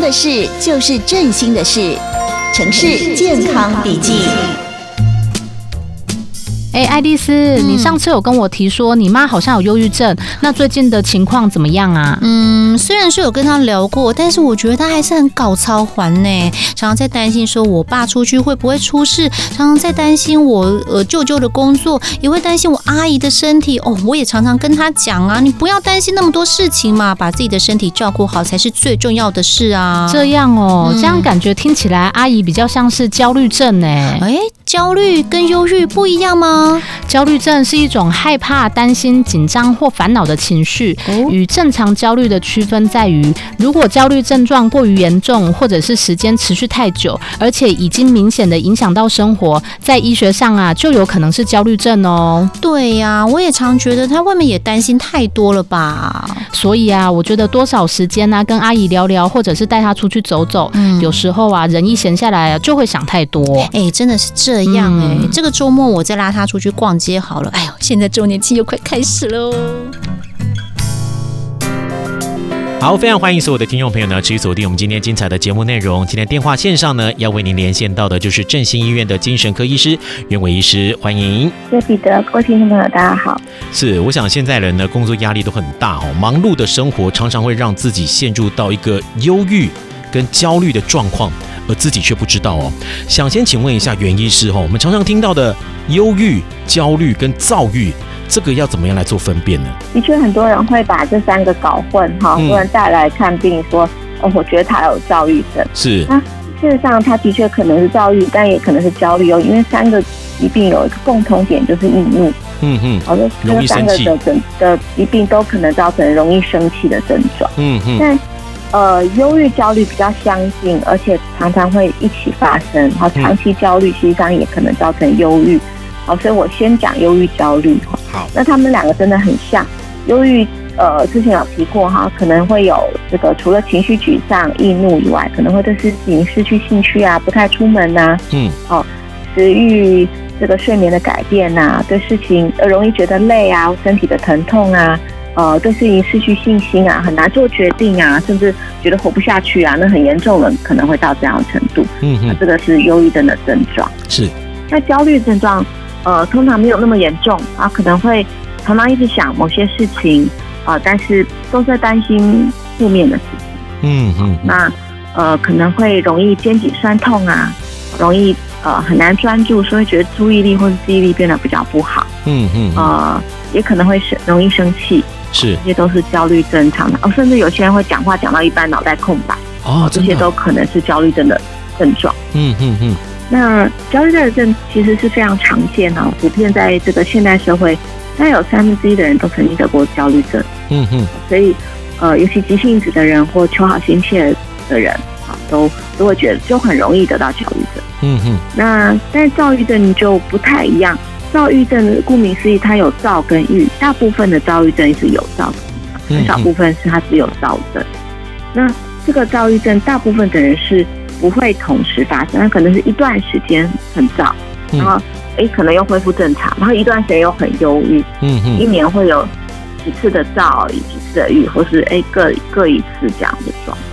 的事就是振兴的事，城市健康笔记。哎，爱丽丝，嗯你上次有跟我提说你妈好像有忧郁症，那最近的情况怎么样啊？嗯，虽然是有跟他聊过，但是我觉得他还是很搞超环呢，常常在担心说我爸出去会不会出事，常常在担心我呃舅舅的工作，也会担心我阿姨的身体。哦，我也常常跟他讲啊，你不要担心那么多事情嘛，把自己的身体照顾好才是最重要的事啊。这样哦，嗯这样感觉听起来阿姨比较像是焦虑症哎。哎，焦虑跟忧郁不一样吗？焦虑症是一种害怕、担心、紧张或烦恼的情绪，哦，与正常焦虑的区分在于，如果焦虑症状过于严重，或者是时间持续太久，而且已经明显的影响到生活，在医学上啊，就有可能是焦虑症哦。对呀、我也常觉得他未免也担心太多了吧。所以啊，我觉得多少时间呢、啊跟阿姨聊聊，或者是带她出去走走，嗯有时候啊，人一闲下来啊，就会想太多。哎、真的是这样哎、嗯这个周末我再拉他出去逛街好了。哎呦，现在周年庆又快开始喽。好，非常欢迎所有的听众朋友呢，持续锁定我们今天精彩的节目内容。今天电话线上呢，要为您连线到的就是振兴医院的精神科医师袁伟医师，欢迎。这彼得，各位听众朋友，大家好。是，我想现在人呢，工作压力都很大哦，忙碌的生活常常会让自己陷入到一个忧郁跟焦虑的状况，而自己却不知道哦。想先请问一下袁医师哦，我们常常听到的忧郁、焦虑跟躁郁，这个要怎么样来做分辨呢？的确，很多人会把这三个搞混哈，嗯很多人带来看病说，哦，我觉得他有躁郁症。是事实上，他的确可能是躁郁，但也可能是焦虑哦，因为三个疾病有一个共同点，就是易怒。嗯嗯好、哦，这容易这三生个气的症的疾病都可能造成容易生气的症状。嗯嗯，呃，忧郁、焦虑比较相近，而且常常会一起发生。然后嗯长期焦虑实际上也可能造成忧郁。好，所以我先讲忧郁、焦虑哈。好，那他们两个真的很像。忧郁，呃，之前有提过哈，可能会有这个除了情绪沮丧、易怒以外，可能会对事情失去兴趣啊，不太出门呐、嗯，哦，食欲这个睡眠的改变呐、对事情呃容易觉得累啊，身体的疼痛啊，呃，对事情失去信心啊，很难做决定啊，甚至觉得活不下去啊，那很严重了，可能会到这样的程度。嗯那嗯这个是忧郁症的症状。是，那焦虑症状，呃，通常没有那么严重啊，可能会常常一直想某些事情啊、但是都在担心负面的事情。嗯嗯嗯那呃，可能会容易肩颈酸痛啊，容易呃很难专注，所以觉得注意力或是记忆力变得比较不好。嗯嗯嗯，呃，也可能会生容易生气，是这些都是焦虑症常的。哦，甚至有些人会讲话讲到一半脑袋空白，哦，这真些的都可能是焦虑症的症状。嗯嗯嗯，那焦虑症症其实是非常常见哦，普遍在这个现代社会，大概有三分之一的人都曾经得过焦虑症，嗯嗯所以呃，尤其急性子的人或求好心切的人啊，都都会觉得就很容易得到焦虑症。嗯嗯，那但是躁郁症就不太一样，躁郁症顾名思义，它有躁跟郁，大部分的躁郁症是有躁，很嗯少嗯部分是它只有躁症。那这个躁郁症，大部分的人是不会同时发生，它可能是一段时间很躁，嗯然后诶可能又恢复正常，然后一段时间又很忧郁，嗯一嗯，年会有几次的躁，几次的郁，或是诶各各一次这样的状况。嗯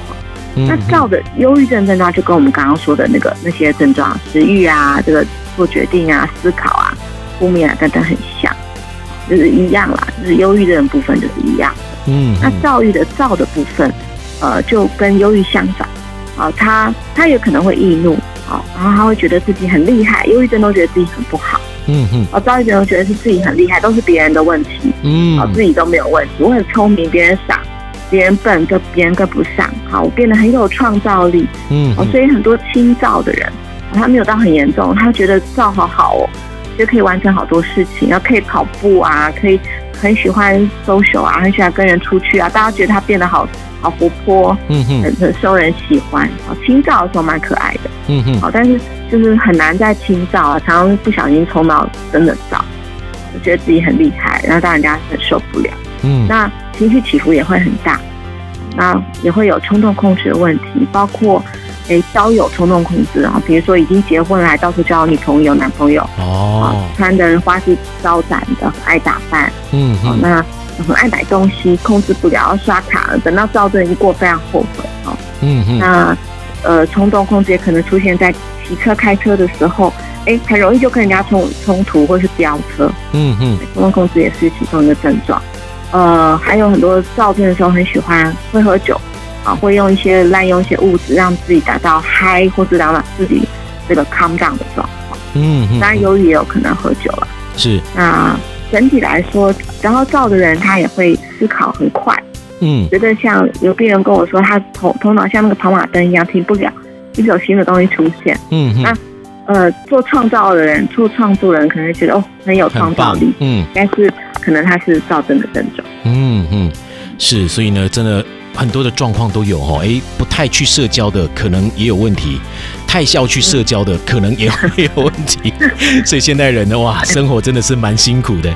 那躁的忧郁症症状就跟我们刚刚说的那个那些症状，食欲啊，这个做决定啊、思考啊、负面啊等等很像，就是一样啦，就是忧郁症的部分就是一样。嗯那躁郁的躁的部分，呃，就跟忧郁相反，啊、他他也可能会易怒，啊、然后他会觉得自己很厉害，忧郁症都觉得自己很不好，嗯嗯啊、躁郁症都觉得是自己很厉害，都是别人的问题，嗯啊、自己都没有问题，我很聪明，别人傻，别人笨，跟别人跟不上，好，我变得很有创造力，嗯哦，所以很多轻躁的人，他没有到很严重，他觉得躁好好哦，就可以完成好多事情，然后可以跑步啊，可以很喜欢 social 啊，很喜欢跟人出去啊，大家觉得他变得好好活泼，嗯嗯很很受人喜欢。哦，轻躁的时候蛮可爱的，哦嗯嗯好、但是就是很难在轻躁啊，常常不小心冲到真的躁，就觉得自己很厉害，然后让人家很受不了。嗯那情绪起伏也会很大，那也会有冲动控制的问题，包括诶交友冲动控制啊，比如说已经结婚了，还到处交女朋友、男朋友啊，哦穿的花枝招展的，很爱打扮嗯啊，嗯那很爱买东西，控制不了，要刷卡了，等到躁症一过非常后悔啊，嗯嗯那呃，冲动控制也可能出现在骑车、开车的时候，哎，很容易就跟人家冲冲突或是飙车。嗯嗯冲动控制也是其中一个症状。呃，还有很多躁症的时候很喜欢会喝酒啊，会用一些滥用一些物质让自己达到嗨，或是让自己这个 calm down 的状况。嗯嗯，当然，有忧郁也有可能喝酒了。是那整体来说，然后躁的人他也会思考很快，嗯觉得像有病人跟我说，他头头脑像那个跑马灯一样停不了，一直有新的东西出现。嗯嗯，呃，做创造的人，做创作的人可能会觉得哦很有创很造棒力，，嗯。但是可能他是躁症的症状。嗯嗯，是，所以呢，真的很多的状况都有哈、哦。诶，不太去社交的可能也有问题，太校去社交的可能也会有问题。 所以现代人的哇，生活真的是蛮辛苦的。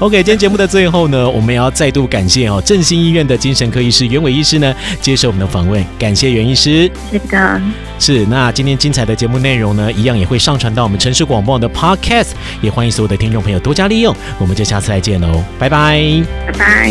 OK，今天节目的最后呢，我们也要再度感谢哦，振兴医院的精神科医师袁伟医师呢接受我们的访问，感谢袁医师。这个是，那今天精彩的节目内容呢，一样也会上传到我们城市广播网的 Podcast，也欢迎所有的听众朋友多加利用。我们就下次再见喽，拜拜。拜拜。